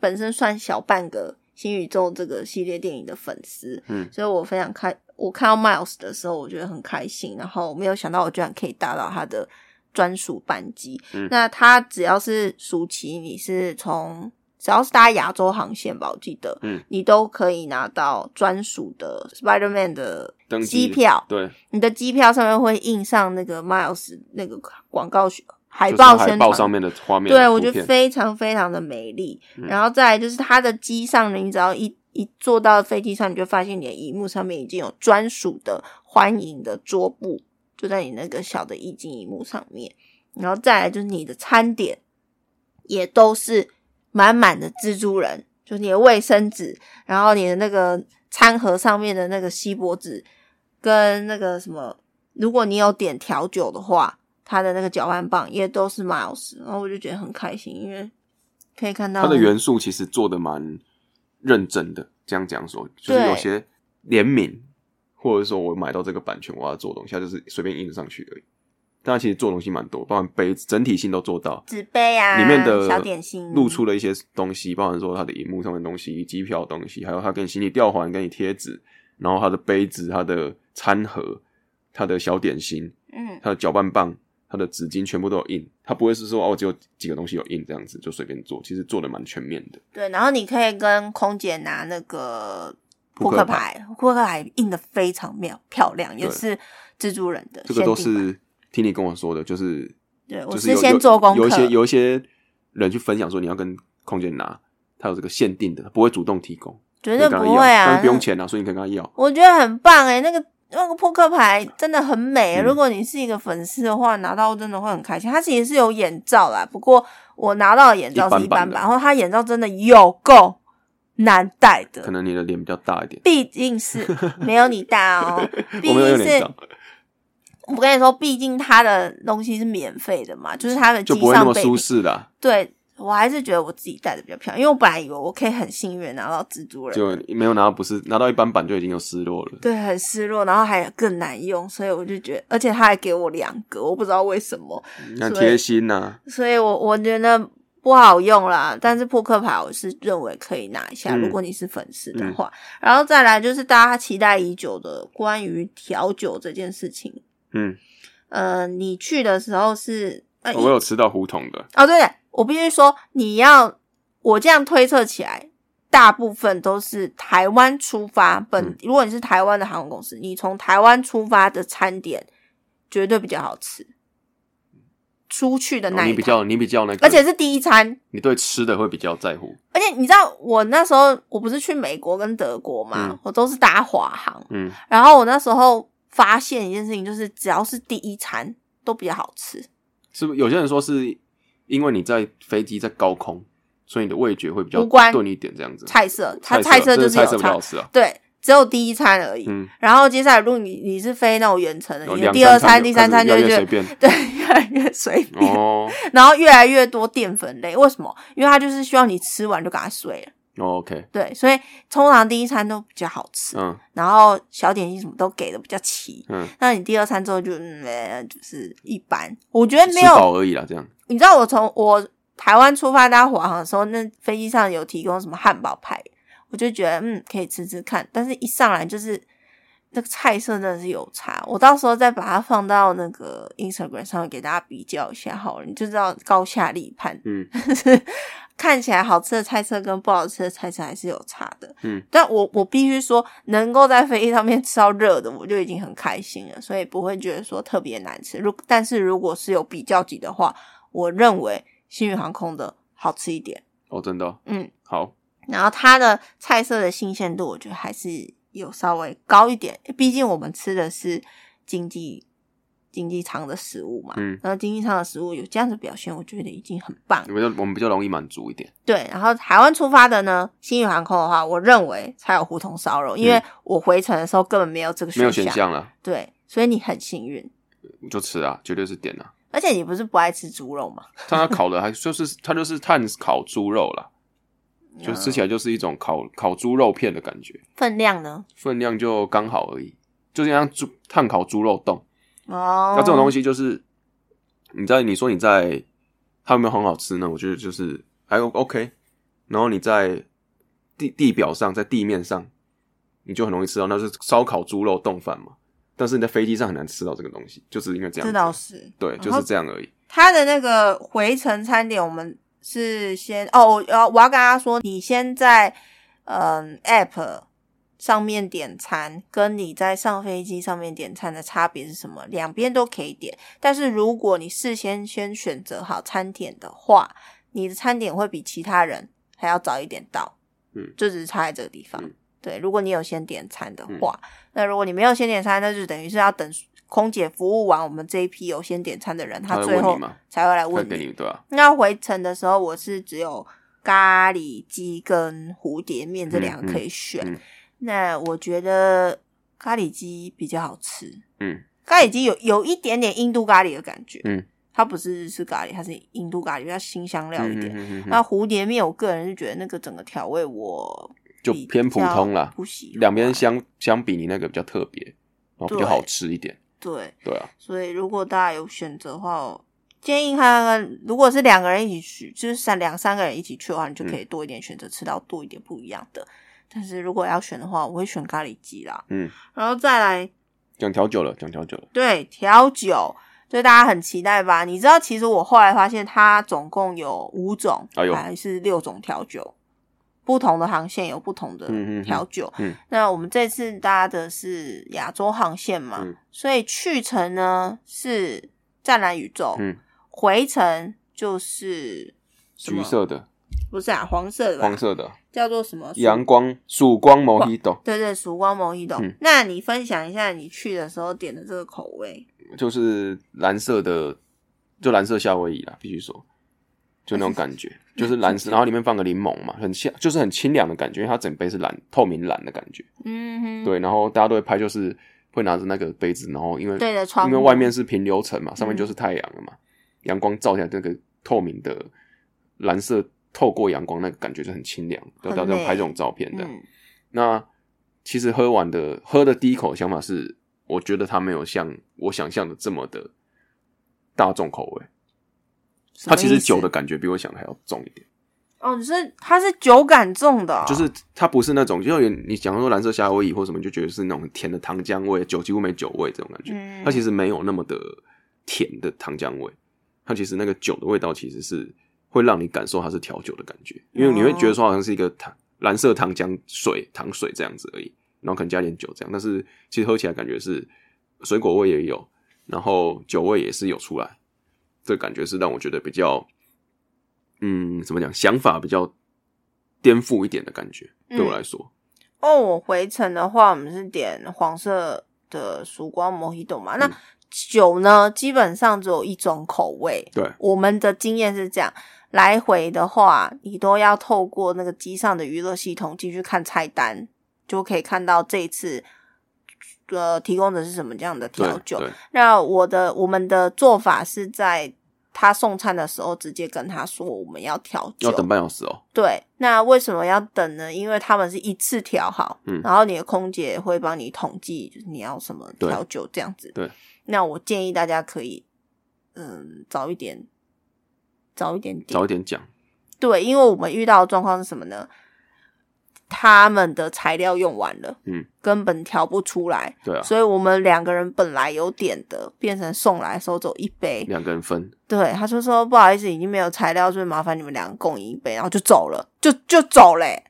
S2: 本身算小半个新宇宙这个系列电影的粉丝，
S1: 嗯
S2: 所以我非常开，我看到 Miles 的时候，我觉得很开心，然后没有想到我居然可以搭到他的专属班机，
S1: 嗯
S2: 那他只要是暑期，你是从只要是搭亚洲航线吧，我记得，
S1: 嗯，
S2: 你都可以拿到专属的 Spider Man 的
S1: 登机
S2: 机票，
S1: 对，
S2: 你的机票上面会印上那个 Miles 那个广告宣海
S1: 就是
S2: 报
S1: 海
S2: 宣
S1: 报
S2: 传，
S1: 上面的画面，
S2: 对我觉
S1: 图片
S2: 得非常非常的美丽。
S1: 嗯
S2: 然后再来就是它的机上呢，你只要一一坐到飞机上，你就发现你的荧幕上面已经有专属的欢迎的桌布，就在你那个小的液晶荧幕上面。然后再来就是你的餐点，也都是满满的蜘蛛人，就是你的卫生纸，然后你的那个餐盒上面的那个锡箔纸跟那个什么，如果你有点调酒的话，它的那个搅拌棒也都是 Miles，然后我就觉得很开心，因为可以看到
S1: 它的元素其实做的蛮认真的。这样讲说，就是
S2: 对
S1: 有些联名，或者说我买到这个版权，我要做东西，它就是随便印上去而已。但它其实做东西蛮多，包含杯子整体性都做到，
S2: 纸杯啊，
S1: 里面的
S2: 小点心
S1: 露出了一些东西，包含说它的荧幕上面的东西、机票的东西，还有它给你行李吊环、给你贴纸，然后它的杯子、它的餐盒、它的小点心、
S2: 嗯，
S1: 它的搅拌棒、它的纸巾，全部都有印。它不会是说哦，只有几个东西有印这样子就随便做，其实做的蛮全面的。
S2: 对，然后你可以跟空姐拿那个
S1: 扑克
S2: 克牌，扑克牌印的非常妙漂亮，也
S1: 对
S2: 是蜘蛛人的
S1: 这个都
S2: 限定版
S1: 是听你跟我说的，就是
S2: 对我
S1: 就是是有
S2: 先做功课
S1: 有有一些有一些人去分享说你要跟空姐拿，他有这个限定的，不会主动提供，
S2: 绝对
S1: 你可以跟
S2: 不
S1: 他
S2: 会
S1: 要但
S2: 啊，
S1: 是不用钱啊，所以你可以跟他要。
S2: 我觉得很棒哎、那个那个扑克牌真的很美、
S1: 嗯
S2: 如果你是一个粉丝的话，拿到真的会很开心。它其实是有眼罩啦，不过我拿到的眼罩是一
S1: 一般
S2: 般
S1: 般的
S2: 版，然后它眼罩真的有够难戴
S1: 可
S2: 的，
S1: 能你的脸比较大一点，
S2: 毕竟是没有你大哦，毕
S1: 我没有
S2: 竟
S1: 脸
S2: 是
S1: 长。，
S2: 我跟你说，毕竟它的东西是免费的嘛，就是它的
S1: 嗯就
S2: 机
S1: 不会那
S2: 上
S1: 么
S2: 备
S1: 舒
S2: 品
S1: 适啦。
S2: 对。我还是觉得我自己戴的比较漂亮，因为我本来以为我可以很幸运拿到蜘蛛人，
S1: 就没有拿到，不是拿到一般版就已经有失落了。
S2: 对，很失落，然后还更难用，所以我就觉得，而且他还给我两个，我不知道为什么，
S1: 那
S2: 所以
S1: 贴心呐、啊
S2: 所以我我觉得不好用啦，但是扑克牌我是认为可以拿一下，
S1: 嗯
S2: 如果你是粉丝的话。然后再来就是大家期待已久的关于调酒这件事情。
S1: 嗯，
S2: 呃，你去的时候是呃
S1: 我有吃到胡同的，
S2: 哦，对，我必须说，你要我这样推测起来，大部分都是台湾出发本。
S1: 嗯
S2: 如果你是台湾的航空公司，你从台湾出发的餐点绝对比较好吃。出去的
S1: 哦
S2: 那一、
S1: 你比，较你比较那个，
S2: 而且是第一餐。
S1: 你对吃的会比较在乎，
S2: 而且你知道，我那时候我不是去美国跟德国嘛，
S1: 嗯
S2: 我都是搭华航。
S1: 嗯，
S2: 然后我那时候发现一件事情，就是只要是第一餐都比较好吃。
S1: 是不是？有些人说是因为你在飞机在高空，所以你的味觉会比较
S2: 无关
S1: 钝一点，这样子。
S2: 菜色，它
S1: 菜
S2: 色就
S1: 真的菜色
S2: 是有
S1: 比较
S2: 差
S1: 好吃啊，
S2: 对，只有第一餐而已。
S1: 嗯，
S2: 然后接下来，如果你你是飞那种远程的，
S1: 有
S2: 你
S1: 两
S2: 的呃第二
S1: 餐
S2: 餐、第三餐就
S1: 就
S2: 会
S1: 越来越随
S2: 觉得
S1: 便
S2: 对越来越随便，
S1: 哦。
S2: 然后越来越多淀粉类。为什么？因为它就是需要你吃完就赶快睡了。
S1: 哦 OK，
S2: 对，所以通常第一餐都比较好吃，
S1: 嗯
S2: 然后小点心什么都给的比较齐。
S1: 嗯，
S2: 那你第二餐之后就嗯、呃就是一般，我觉得没
S1: 吃
S2: 有。
S1: 饱而已啦，这样。
S2: 你知道我从我台湾出发搭华航的时候，那飞机上有提供什么汉堡派，我就觉得嗯可以吃吃看，但是一上来就是那个菜色真的是有差，我到时候再把它放到那个 Instagram 上面给大家比较一下好了，你就知道高下立判。
S1: 嗯，
S2: 看起来好吃的菜色跟不好吃的菜色还是有差的。
S1: 嗯，
S2: 但我我必须说，能够在飞机上面吃到热的，我就已经很开心了，所以不会觉得说特别难吃。如但是如果是有比较级的话，我认为星宇航空的好吃一点。
S1: 哦，真的哦、
S2: 嗯，
S1: 好，
S2: 然后它的菜色的新鲜度，我觉得还是有稍微高一点，毕竟我们吃的是经济。经济舱的食物嘛，
S1: 嗯
S2: 然后经济舱的食物有这样子表现，我觉得已经很棒了
S1: 我们就我们比较容易满足一点。
S2: 对，然后台湾出发的呢，新宇航空的话，我认为才有胡同烧肉，因为我回程的时候根本没有这个
S1: 嗯没有
S2: 选
S1: 选项啦，
S2: 对，所以你很幸运。
S1: 我就吃啊，绝对是点啊。
S2: 而且你不是不爱吃猪肉吗？
S1: 但它烤的还 就是它就是炭烤猪肉啦，就吃起
S2: 来
S1: 来就是一种烤烤猪肉片的感觉，
S2: 嗯分量呢？
S1: 分量就刚好而已，就像猪炭烤猪肉冻。
S2: 哦，
S1: 那这种东
S2: 西，
S1: 西就是你在你说你在它有没有很好吃呢？我觉得就是还 O- OK，然后你在地地表上，在地面上，你就很容易吃到，那就是烧烤猪肉冻饭嘛。但是你在飞机上很难吃到这个东西，就是因为这样子。
S2: 这倒是。
S1: 对，
S2: 然
S1: 就
S2: 后
S1: 是这样而已。
S2: 它的那个回程餐点，我们是先哦，我要我要跟大家说，你先在嗯 App 上面点餐，跟你在上飞机上面点餐的差别是什么？两边都可以点，但是如果你事先先选择好餐点的话，你的餐点会比其他人还要早一点到。
S1: 嗯
S2: 就只是差在这个地方。
S1: 嗯
S2: 对，如果你有先点餐的话，那如果你没有先点餐，那就等于是要等空姐服务完我们这一批有先点餐的人，
S1: 他
S2: 他
S1: 会
S2: 最
S1: 问
S2: 后
S1: 你嘛
S2: 才会来
S1: 他
S2: 问
S1: 给你对啊吧、
S2: 那回程的时候，我是只有咖喱鸡跟蝴蝶面这两个可以选。
S1: 嗯嗯嗯
S2: 那我觉得咖喱鸡比较好吃。
S1: 嗯，
S2: 咖喱鸡有有一点点印度咖喱的感觉。
S1: 嗯，
S2: 它不是日式咖喱，它是印度咖喱，比较新香料一点。
S1: 嗯嗯嗯嗯
S2: 那蝴蝶面，我个人是觉得那个整个调味我
S1: 就
S2: 比
S1: 偏普
S2: 较
S1: 通啦
S2: 不喜欢
S1: 两边相相比，你那个比较特别，然后比
S2: 啊对
S1: 较好吃一点。
S2: 对，
S1: 对啊，
S2: 所以如果大家有选择的话，我建议看看，如果是两个人一起去，就是三两三个人一起去的话，你就可以多一点选择，吃到多一点不一样的。但是如果要选的话，我会选咖喱鸡啦，
S1: 嗯，
S2: 然后再来
S1: 讲调酒了，讲调酒了，
S2: 对调酒，所以大家很期待吧？你知道，其实我后来发现它总共有五种，
S1: 哎呦
S2: 还是六种调酒，不同的航线有不同的
S1: 嗯嗯嗯
S2: 调酒。
S1: 嗯
S2: 那我们这次搭的是亚洲航线嘛，
S1: 嗯
S2: 所以去程呢是湛蓝宇宙，
S1: 嗯
S2: 回程就是什
S1: 橘
S2: 么？
S1: 色的、
S2: 不是啊，黄色的吧，
S1: 黄色的、
S2: 叫做什么？
S1: 阳光、曙光 Mojito。
S2: 对对，曙光某一种
S1: 嗯。
S2: 那你分享一下你去的时候点的这个口味，
S1: 就是蓝色的，就蓝色夏威夷啦，必须说，就那种感 觉，就是蓝色，然后里面放个柠檬嘛，很清，就是很清凉的感觉，因为它整杯是蓝，透明蓝的感觉。
S2: 嗯哼，
S1: 对，然后大家都会拍，就是会拿着那个杯子，然后因为
S2: 对着窗户
S1: 因为外面是平流层嘛，上
S2: 嗯
S1: 面就是太阳了嘛，阳光照下来，那个透明的蓝色透过阳光，那个感觉就很清凉，
S2: 很
S1: 对，大家
S2: 美
S1: 拍这种照片的。
S2: 嗯
S1: 那其实喝完的喝的第一口的想法是，我觉得它没有像我想象的这么的大众口味，
S2: 什
S1: 它
S2: 么
S1: 其实
S2: 意思
S1: 酒的感觉比我想的还要重一点，
S2: 哦，你是它是酒感重的哦、
S1: 就是它不是那种，就有点你讲说蓝色夏威夷或什么，你就觉得是那种甜的糖浆味，酒几乎没酒味这种感觉。
S2: 嗯
S1: 它其实没有那么的甜的糖浆味，它其实那个酒的味道其实是会让你感受它是调酒的感觉，因为你会觉
S2: 哦
S1: 得说好像是一个糖蓝色糖浆水糖水这样子而已，然后可能加点酒这样，但是其实喝起来感觉是水果味也有，然后酒味也是有出来，这感觉是让我觉得比较，嗯，怎么讲，想法比较颠覆一点的感觉，对
S2: 嗯
S1: 我来说，
S2: 哦，我回程的话，我们是点黄色的曙光摩希朵嘛。那
S1: 嗯
S2: 酒呢，基本上只有一种口味。
S1: 对，
S2: 我们的经验是这样，来回的话，你都要透过那个机上的娱乐系统进去看菜单，就可以看到这一次呃提供的是什么这样的
S1: 对
S2: 调，酒。
S1: 对，
S2: 那我的我们的做法是在他送餐的时候直接跟他说我们要调酒，
S1: 要等半小时哦，
S2: 对，那为什么要等呢？因为他们是一次调好，
S1: 嗯
S2: 然后你的空姐会帮你统计就是你要什么调酒这样子。
S1: 对
S2: 那我建议大家可以，嗯，早一点，早一点点。
S1: 早一点讲，
S2: 对，因为我们遇到的状况是什么呢？他们的材料用完了，
S1: 嗯，
S2: 根本调不出来，
S1: 对啊，
S2: 所以我们两个人本来有点的，变成送来的时候只有一杯，
S1: 两个人分，
S2: 对，他就说不好意思，已经没有材料，所以麻烦你们两个共饮一杯，然后就走了，就就走嘞、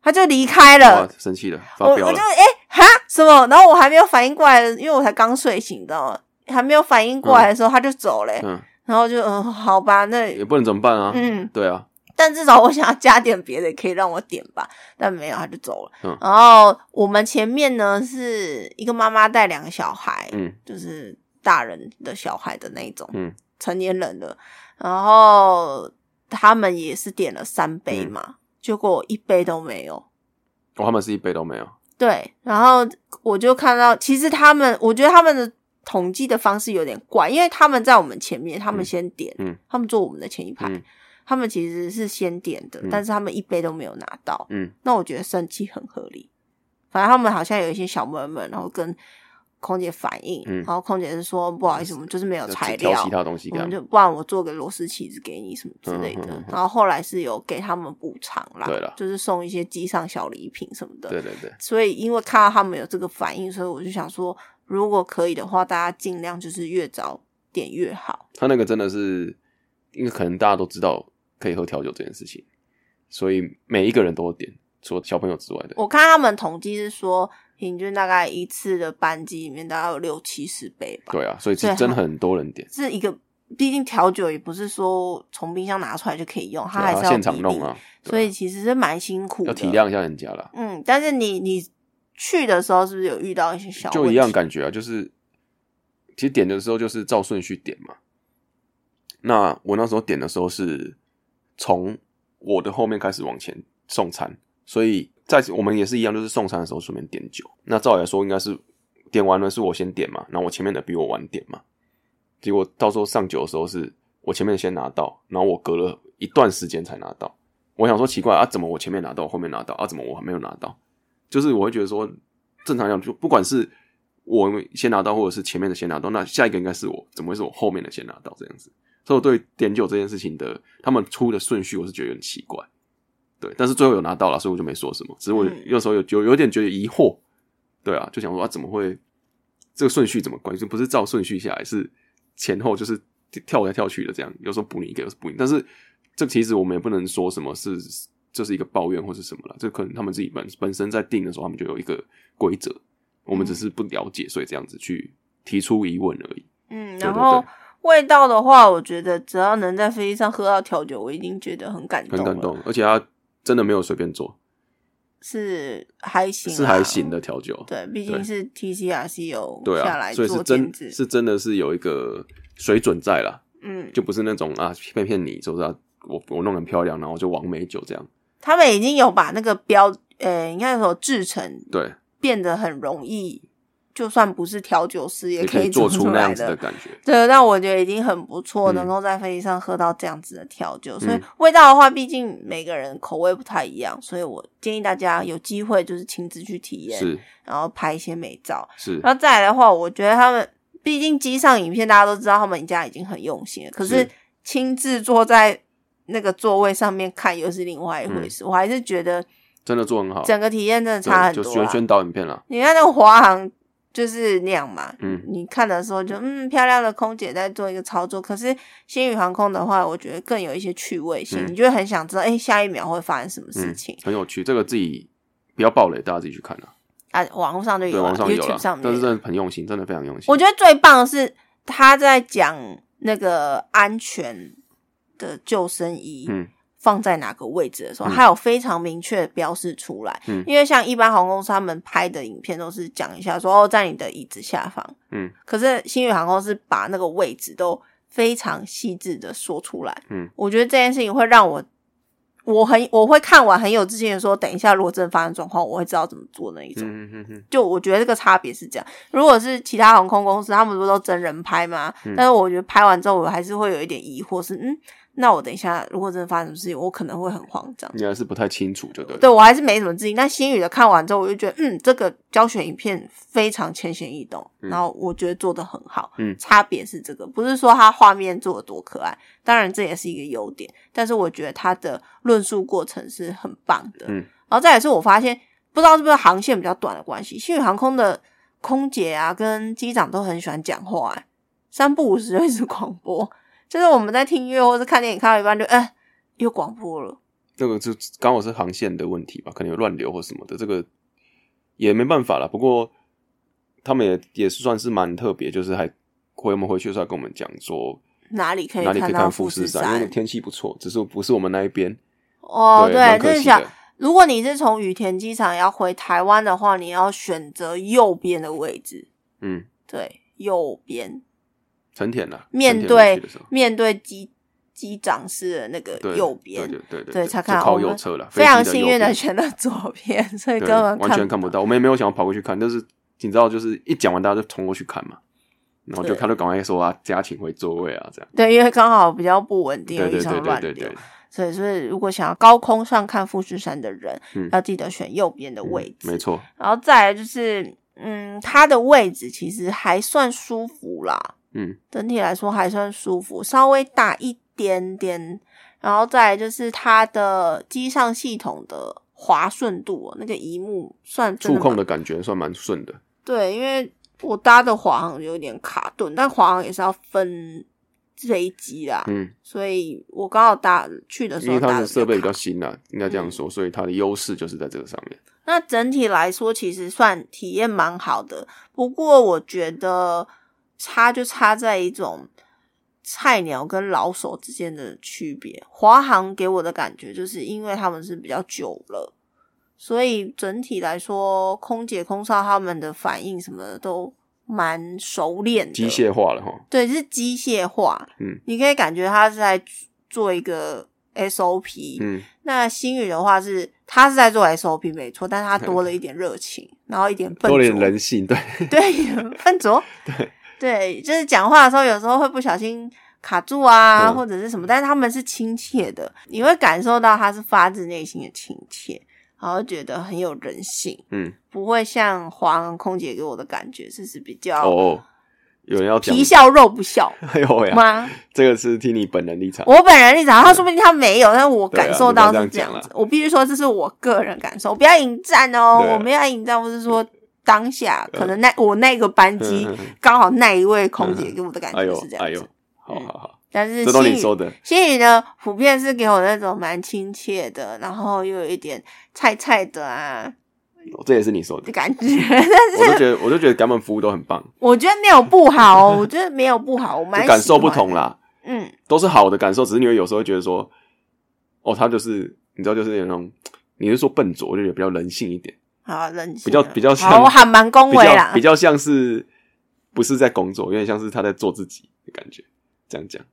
S2: 他就离开
S1: 哇
S2: 了。，
S1: 生气了，
S2: 我
S1: 发
S2: 我
S1: 飙
S2: 就
S1: 了，
S2: 哎、哈什么？然后我还没有反应过来，因为我才刚睡醒，你知道吗？还没有反应过来的时候，他就走嘞、
S1: 嗯，
S2: 然后就嗯，好吧，那
S1: 也不能怎么办啊，
S2: 嗯，
S1: 对啊，
S2: 但至少我想要加点别的，可以让我点吧。但没有，他就走了。
S1: 嗯
S2: 然后我们前面呢是一个妈妈带两个小孩，
S1: 嗯，
S2: 就是大人的小孩的那一种，
S1: 嗯，
S2: 成年人的。然后他们也是点了三杯
S1: 嗯
S2: 嘛，结果我一杯都没有。
S1: 我他们是一杯都没有，
S2: 对，然后我就看到，其实他们，我觉得他们的统计的方式有点怪，因为他们在我们前面，他们先点，
S1: 嗯
S2: 他们坐我们的前一排，
S1: 嗯
S2: 他们其实是先点的，
S1: 嗯
S2: 但是他们一杯都没有拿到，
S1: 嗯，
S2: 那我觉得生气很合理。反正他们好像有一些小闷闷，然后跟空姐反映，
S1: 嗯
S2: 然后空姐是说不好意思，我们就是没有材料，
S1: 挑其他东西
S2: 我
S1: 给他
S2: 们
S1: 们，
S2: 就不然我做个螺丝起子给你什么之类的。
S1: 嗯嗯嗯嗯
S2: 然后后来是有给他们补偿啦，
S1: 对啦
S2: 就是送一些机上小礼品什么的。
S1: 对对对，
S2: 所以因为看到他们有这个反应，所以我就想说，如果可以的话，大家尽量就是越早点越好。
S1: 他那个真的是，因为可能大家都知道可以喝调酒这件事情，所以每一个人都有点，除了小朋友之外的，
S2: 我看他们统计是说，平均大概一次的班机里面大概有六七十杯吧。
S1: 对啊，所以
S2: 所
S1: 是
S2: 以他
S1: 真的很多人点，
S2: 是一个，毕竟调酒也不是说从冰箱拿出来就可以用，它
S1: 对
S2: 还
S1: 啊
S2: 是要
S1: 现场
S2: 比例
S1: 弄，啊，对啊
S2: 所以其实是蛮辛苦的。
S1: 要体谅一下人家啦，
S2: 嗯，但是你你去的时候是不是有遇到一些小
S1: 就
S2: 问
S1: 一样
S2: 题
S1: 感觉啊，就是其实点的时候就是照顺序点嘛。那我那时候点的时候是从我的后面开始往前送餐，所以在我们也是一样，就是送餐的时候顺便点酒。那照理来说应该是点完了是我先点嘛，然后我前面的比我晚点嘛。结果到时候上酒的时候是我前面先拿到，然后我隔了一段时间才拿到。我想说奇怪啊，怎么我前面拿到，我后面拿到啊？怎么我还没有拿到？就是我会觉得说，正常来讲，就不管是我先拿到，或者是前面的先拿到，那下一个应该是我，怎么会是我后面的先拿到这样子？所以我对点酒这件事情的他们出的顺序，我是觉得有点奇怪。对，但是最后有拿到了，所以我就没说什么。只是我
S2: 嗯
S1: 有时候有有有点觉得疑惑，对啊，就想说啊，怎么会这个顺序怎么关系？就不是照顺序下来，是前后就是跳来跳去的这样，有时候补你一个，有时候补你。但是这其实我们也不能说什么是这是一个抱怨或是什么了，这可能他们自己本本身在定的时候，他们就有一个规则，我们只是不了解，所以这样子去提出疑问而已。
S2: 嗯，
S1: 对
S2: 然
S1: 对
S2: 后
S1: 对
S2: 味道的话，我觉得只要能在飞机上喝到调酒，我已经觉得很感动
S1: 很
S2: 了。
S1: 感动，而且他真的没有随便做，
S2: 是还行，啊
S1: 是还行。的调酒。
S2: 对，毕
S1: 对
S2: 竟是 TCRC 有
S1: 对
S2: 下
S1: 啊，
S2: 来
S1: 所以是
S2: 做
S1: 真
S2: 兼职，
S1: 是真的是有一个水准在啦，
S2: 嗯，
S1: 就不是那种啊骗骗你，就是、啊、我我弄得很漂亮，然后就完美酒这样。
S2: 他们已经有把那个标，呃，应该有制成
S1: 对，
S2: 变得很容易，就算不是调酒师也
S1: 也可以
S2: 做
S1: 做出那
S2: 来
S1: 样子的感觉。
S2: 对，但我觉得已经很不错，
S1: 嗯
S2: 能够在飞机上喝到这样子的调酒。所以
S1: 嗯
S2: 味道的话，毕竟每个人口味不太一样，所以我建议大家有机会就是亲自去体验，
S1: 是
S2: 然后拍一些美照。
S1: 是，
S2: 然后再来的话，我觉得他们毕竟机上影片大家都知道他们家已经很用心了，可是
S1: 是
S2: 亲自坐在那个座位上面看又是另外一回事。我还是觉得
S1: 真的做很嗯好，
S2: 整个体验真的
S1: 对
S2: 差很
S1: 就
S2: 多啊
S1: 宣
S2: 啦。
S1: 宣导影片啦。
S2: 你看那个华航就是那样嘛，
S1: 嗯
S2: 你看的时候就嗯漂亮的空姐在做一个操作，可是星宇航空的话，我觉得更有一些趣味性，
S1: 嗯
S2: 你就会很想知道，哎、下一秒会发生什么事
S1: 嗯
S2: 情、，
S1: 很有趣，这个自己不要暴雷，大家自己去看啦。
S2: 啊？网络上就
S1: 对，
S2: 有、啊
S1: 网上有
S2: y o u t u b
S1: 啦
S2: e 上，面
S1: 但
S2: 有
S1: 是真的很用心，真的非常用心。
S2: 我觉得最棒的是他在讲那个安全的救生衣，
S1: 嗯，
S2: 放在哪个位置的时候，
S1: 嗯
S2: 它有非常明确的标示出来。
S1: 嗯
S2: 因为像一般航空公司他们拍的影片都是讲一下说哦，在你的椅子下方。
S1: 嗯，
S2: 可是星宇航空是把那个位置都非常细致的说出来。
S1: 嗯，
S2: 我觉得这件事情会让我。我很我会看完很有自信的说，等一下如果真的发生状况，我会知道怎么做那一种。
S1: 嗯嗯嗯
S2: 就我觉得这个差别是这样。如果是其他航空公司，他们不是都真人拍吗？但是我觉得拍完之后，我还是会有一点疑惑是，嗯，那我等一下如果真的发生什么事情，我可能会很慌张。
S1: 你还是不太清楚，就对了。
S2: 对我还是没什么自信，但新宇的看完之后，我就觉得，嗯，这个教学影片非常浅显易懂，然后我觉得做的很好。
S1: 嗯
S2: 差别是这个，不是说它画面做的多可爱，当然这也是一个优点，但是我觉得它的论述过程是很棒的。
S1: 嗯，
S2: 然后再也是我发现，不知道是不是航线比较短的关系，新宇航空的空姐啊跟机长都很喜欢讲话、欸，三不五时就一直广播，就是我们在听音乐或是看电影看到一半就，哎、又广播了。
S1: 这个就刚好是航线的问题吧，可能有乱流或什么的，这个也没办法啦。不过他们也也是算是蛮特别，就是还回我们回去的时候还跟我们讲说
S2: 哪里可以
S1: 哪里可以
S2: 到
S1: 看
S2: 富
S1: 富
S2: 士
S1: 士山，因为天气不错，只是不是我们那一边。
S2: 哦，
S1: 蛮可
S2: 就是
S1: 惜
S2: 想
S1: 的，。
S2: 如果你是从羽田机场要回台湾的话，你要选择右边的位置，
S1: 嗯，
S2: 对，右边
S1: 成田啦，
S2: 面
S1: 成田回
S2: 对
S1: 去的时候
S2: 面对机机长室的那个
S1: 对
S2: 右边，
S1: 对对对
S2: 对才看
S1: 就
S2: 到
S1: 靠
S2: 我们
S1: 右侧了，
S2: 非常
S1: 飞机
S2: 幸
S1: 右
S2: 运的
S1: 边
S2: 选了左边，所以
S1: 对
S2: 根本
S1: 完全看
S2: 不
S1: 不。到，我们也没有想要跑过去看，但是你知道，就是一讲完大家就冲过去看嘛，然后就
S2: 对
S1: 他就赶快说啊，加请回座位啊，这样。
S2: 对，因为刚好比较不稳定，
S1: 对
S2: 有一
S1: 对对
S2: 场
S1: 对
S2: 乱
S1: 对
S2: 流
S1: 对，，
S2: 所以所以如果想要高空上看富士山的人，
S1: 嗯
S2: 要记得选右边的位置。
S1: 没错，
S2: 然后再来就是，嗯，它的位置其实还算舒服啦，
S1: 嗯
S2: 整体来说还算舒服，稍微大一点点。然后再来就是它的机上系统的滑顺度哦、那个一幕算真
S1: 触
S2: 的
S1: 控
S2: 蛮
S1: 的感觉算蛮顺的，
S2: 对，因为我搭的华航有点卡顿，但华航也是要分飞机啦，
S1: 嗯，
S2: 所以我刚好搭去的时嗯
S1: 因
S2: 候
S1: 为
S2: 搭
S1: 它
S2: 得
S1: 的设备比
S2: 卡
S1: 较新啦，应该这样说，所以它的优势就是在这个上面。
S2: 那整体来说，其实算体验蛮好的。不过我觉得差就差在一种菜鸟跟老手之间的区别。华航给我的感觉就是因为他们是比较久了，所以整体来说，空姐、空少他们的反应什么的都蛮熟练的，
S1: 机械化了哈，
S2: 对，是机械化。
S1: 嗯，
S2: 你可以感觉他是在做一个 SOP，
S1: 嗯，
S2: 那星宇的话是，他是在做 SOP 没错，但是他多了一点热情，然后一点笨拙，
S1: 多点人性，对，
S2: 对 笨拙，对对，就是讲话的时候有时候会不小心卡住啊，
S1: 嗯
S2: 或者是什么，但是他们是亲切的，你会感受到他是发自内心的亲切，然后觉得很有人性，
S1: 嗯，
S2: 不会像华航空姐给我的感觉就是比较
S1: 哦，有人要讲
S2: 皮，笑肉不笑
S1: 哎呦喂啊，
S2: 吗？
S1: 这个是听你本人立场，
S2: 我本人立场，他说不定他没有，但我感受到是
S1: 对啊
S2: 这
S1: 你不要这样讲
S2: 样
S1: 啦
S2: 子。我必须说，这是我个人感受，不要引战哦，
S1: 对啊
S2: 我没有要引战，我是说当下可能那我那个班机
S1: 嗯嗯嗯
S2: 刚好那一位空姐给我的感
S1: 哎
S2: 觉
S1: 呦
S2: 是这
S1: 哎
S2: 样嗯
S1: 呦
S2: 子，，
S1: 好好好，
S2: 但是
S1: 这都你
S2: 心
S1: 说
S2: 宇
S1: 的，
S2: 心宇呢，普遍是给我那种蛮亲切的，然后又有一点菜菜的啊
S1: 这也是你说
S2: 的
S1: 的，
S2: 感觉，但
S1: 我
S2: 是
S1: 就觉得我就觉得他们服务都很棒，
S2: 我觉得没有不好哦，我觉得没有不好，我蛮
S1: 就感受不
S2: 喜欢
S1: 同
S2: 的，
S1: 啦，
S2: 嗯。
S1: 都是好的感受，只是你会有时候会觉得说，哦，他就是你知道，就是那种你是说笨拙，我就觉得比较人性一点，
S2: 好，冷静
S1: 比较
S2: 了
S1: 比较像
S2: 好，我还蛮恭
S1: 比
S2: 维啦
S1: 较比，较像是不是在工作，有点像是他在做自己的感觉。这样讲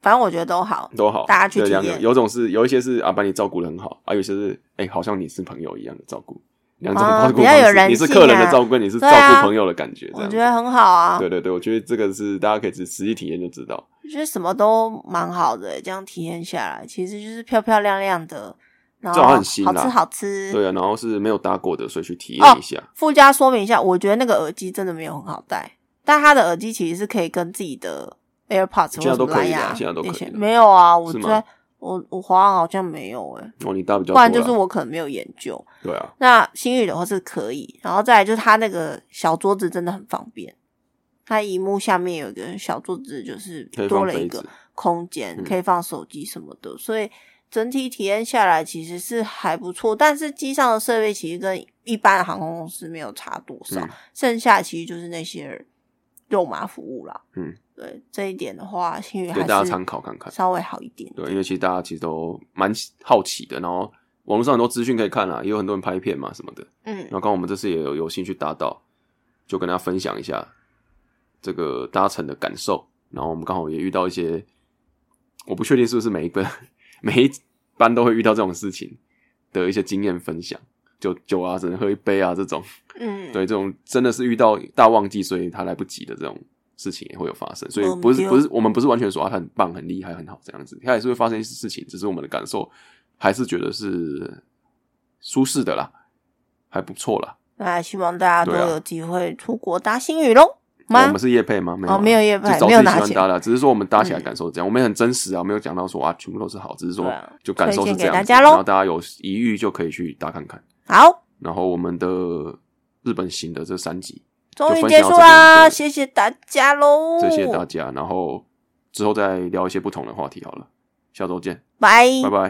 S2: 反正我觉得都好，
S1: 都好，
S2: 大家去
S1: 对
S2: 体
S1: 两
S2: 验
S1: 种，有种是有一些是啊把你照顾的很好，啊有些是哎、好像你是朋友一样的照顾，两种
S2: 啊
S1: 照顾
S2: 比较
S1: 方式，
S2: 有人
S1: 你是
S2: 性
S1: 客人的
S2: 啊
S1: 照顾，你是照
S2: 对啊
S1: 顾朋友的感觉，这
S2: 我
S1: 样
S2: 觉
S1: 子。
S2: 得很好啊，
S1: 对对对，我觉得这个是大家可以实实际体验就知道。
S2: 我觉得什么都蛮好的、欸这样体验下来，其实就是漂漂亮亮的，然后
S1: 这好像很新啦
S2: 好吃好吃。
S1: 对啊，然后是没有搭过的，所以去体
S2: 哦
S1: 验一下。
S2: 附加说明一下，我觉得那个耳机真的没有很好戴，但它的耳机其实是可以跟自己的 AirPods
S1: 现在
S2: 或
S1: 都
S2: 者
S1: 可
S2: 蓝
S1: 以啦啊
S2: 牙
S1: 现在都可以
S2: 那些
S1: 了
S2: 没有啊，我
S1: 是吗
S2: 在我我华航好像没有哎、
S1: 哦，你搭比较
S2: 不
S1: 多啦，
S2: 然就是我可能没有研究。
S1: 对啊，
S2: 那星宇的话是可以，然后再来就是它那个小桌子真的很方便，它荧幕下面有一个小桌子，就是
S1: 可以
S2: 多
S1: 放
S2: 了一
S1: 杯
S2: 个
S1: 子，
S2: 空间
S1: 嗯
S2: 可以放手机什么的，所以整体体验下来其实是还不错。但是机上的设备其实跟一般的航空公司没有差多少，
S1: 嗯
S2: 剩下其实就是那些肉麻服务啦。
S1: 嗯，
S2: 对这一点的话，星宇
S1: 给
S2: 还
S1: 大家
S2: 是
S1: 参考看看。
S2: 稍微好一点。
S1: 对，因为其实大家其实都蛮好奇的，然后网络上很多资讯可以看啦，啊也有很多人拍片嘛什么的。
S2: 嗯
S1: 然，后刚好我们这次也有有兴趣搭到，就跟大家分享一下这个搭乘的感受。然后我们刚好也遇到一些，我不确定是不是每一个每一班都会遇到这种事情的一些经验分享，就酒啊，只能喝一杯啊这种。
S2: 嗯，
S1: 对，这种真的是遇到大旺季，所以他来不及的这种事情也会有发生，所以不是
S2: 嗯对
S1: 不是我们不是完全说啊他很棒、很厉害、很好这样子，他也是会发生一些事情，只是我们的感受还是觉得是舒适的啦，还不错啦。
S2: 那希望大家都
S1: 对啊
S2: 有机会出国搭星宇喽。
S1: 哦我
S2: 吗
S1: 们？是叶配吗？没有啊，
S2: 哦没有业配
S1: 就找
S2: 没有
S1: 自己
S2: 拿
S1: 喜欢
S2: 钱
S1: 搭的，啊只是说我们搭起来
S2: 嗯
S1: 感受是这样，我们也很真实啊，没有讲到说啊全部都是好，只是说
S2: 对啊
S1: 就感受是
S2: 推荐给
S1: 这样
S2: 大
S1: 子，
S2: 家咯
S1: 然后大家有疑虑就可以去搭看看。
S2: 好，
S1: 然后我们的日本行的这三集
S2: 终于
S1: 就分
S2: 结
S1: 享到
S2: 束
S1: 这边
S2: 啦，
S1: 对
S2: 谢谢大家喽，
S1: 谢谢大家，然后之后再聊一些不同的话题好了，下周见，
S2: 拜
S1: 拜拜。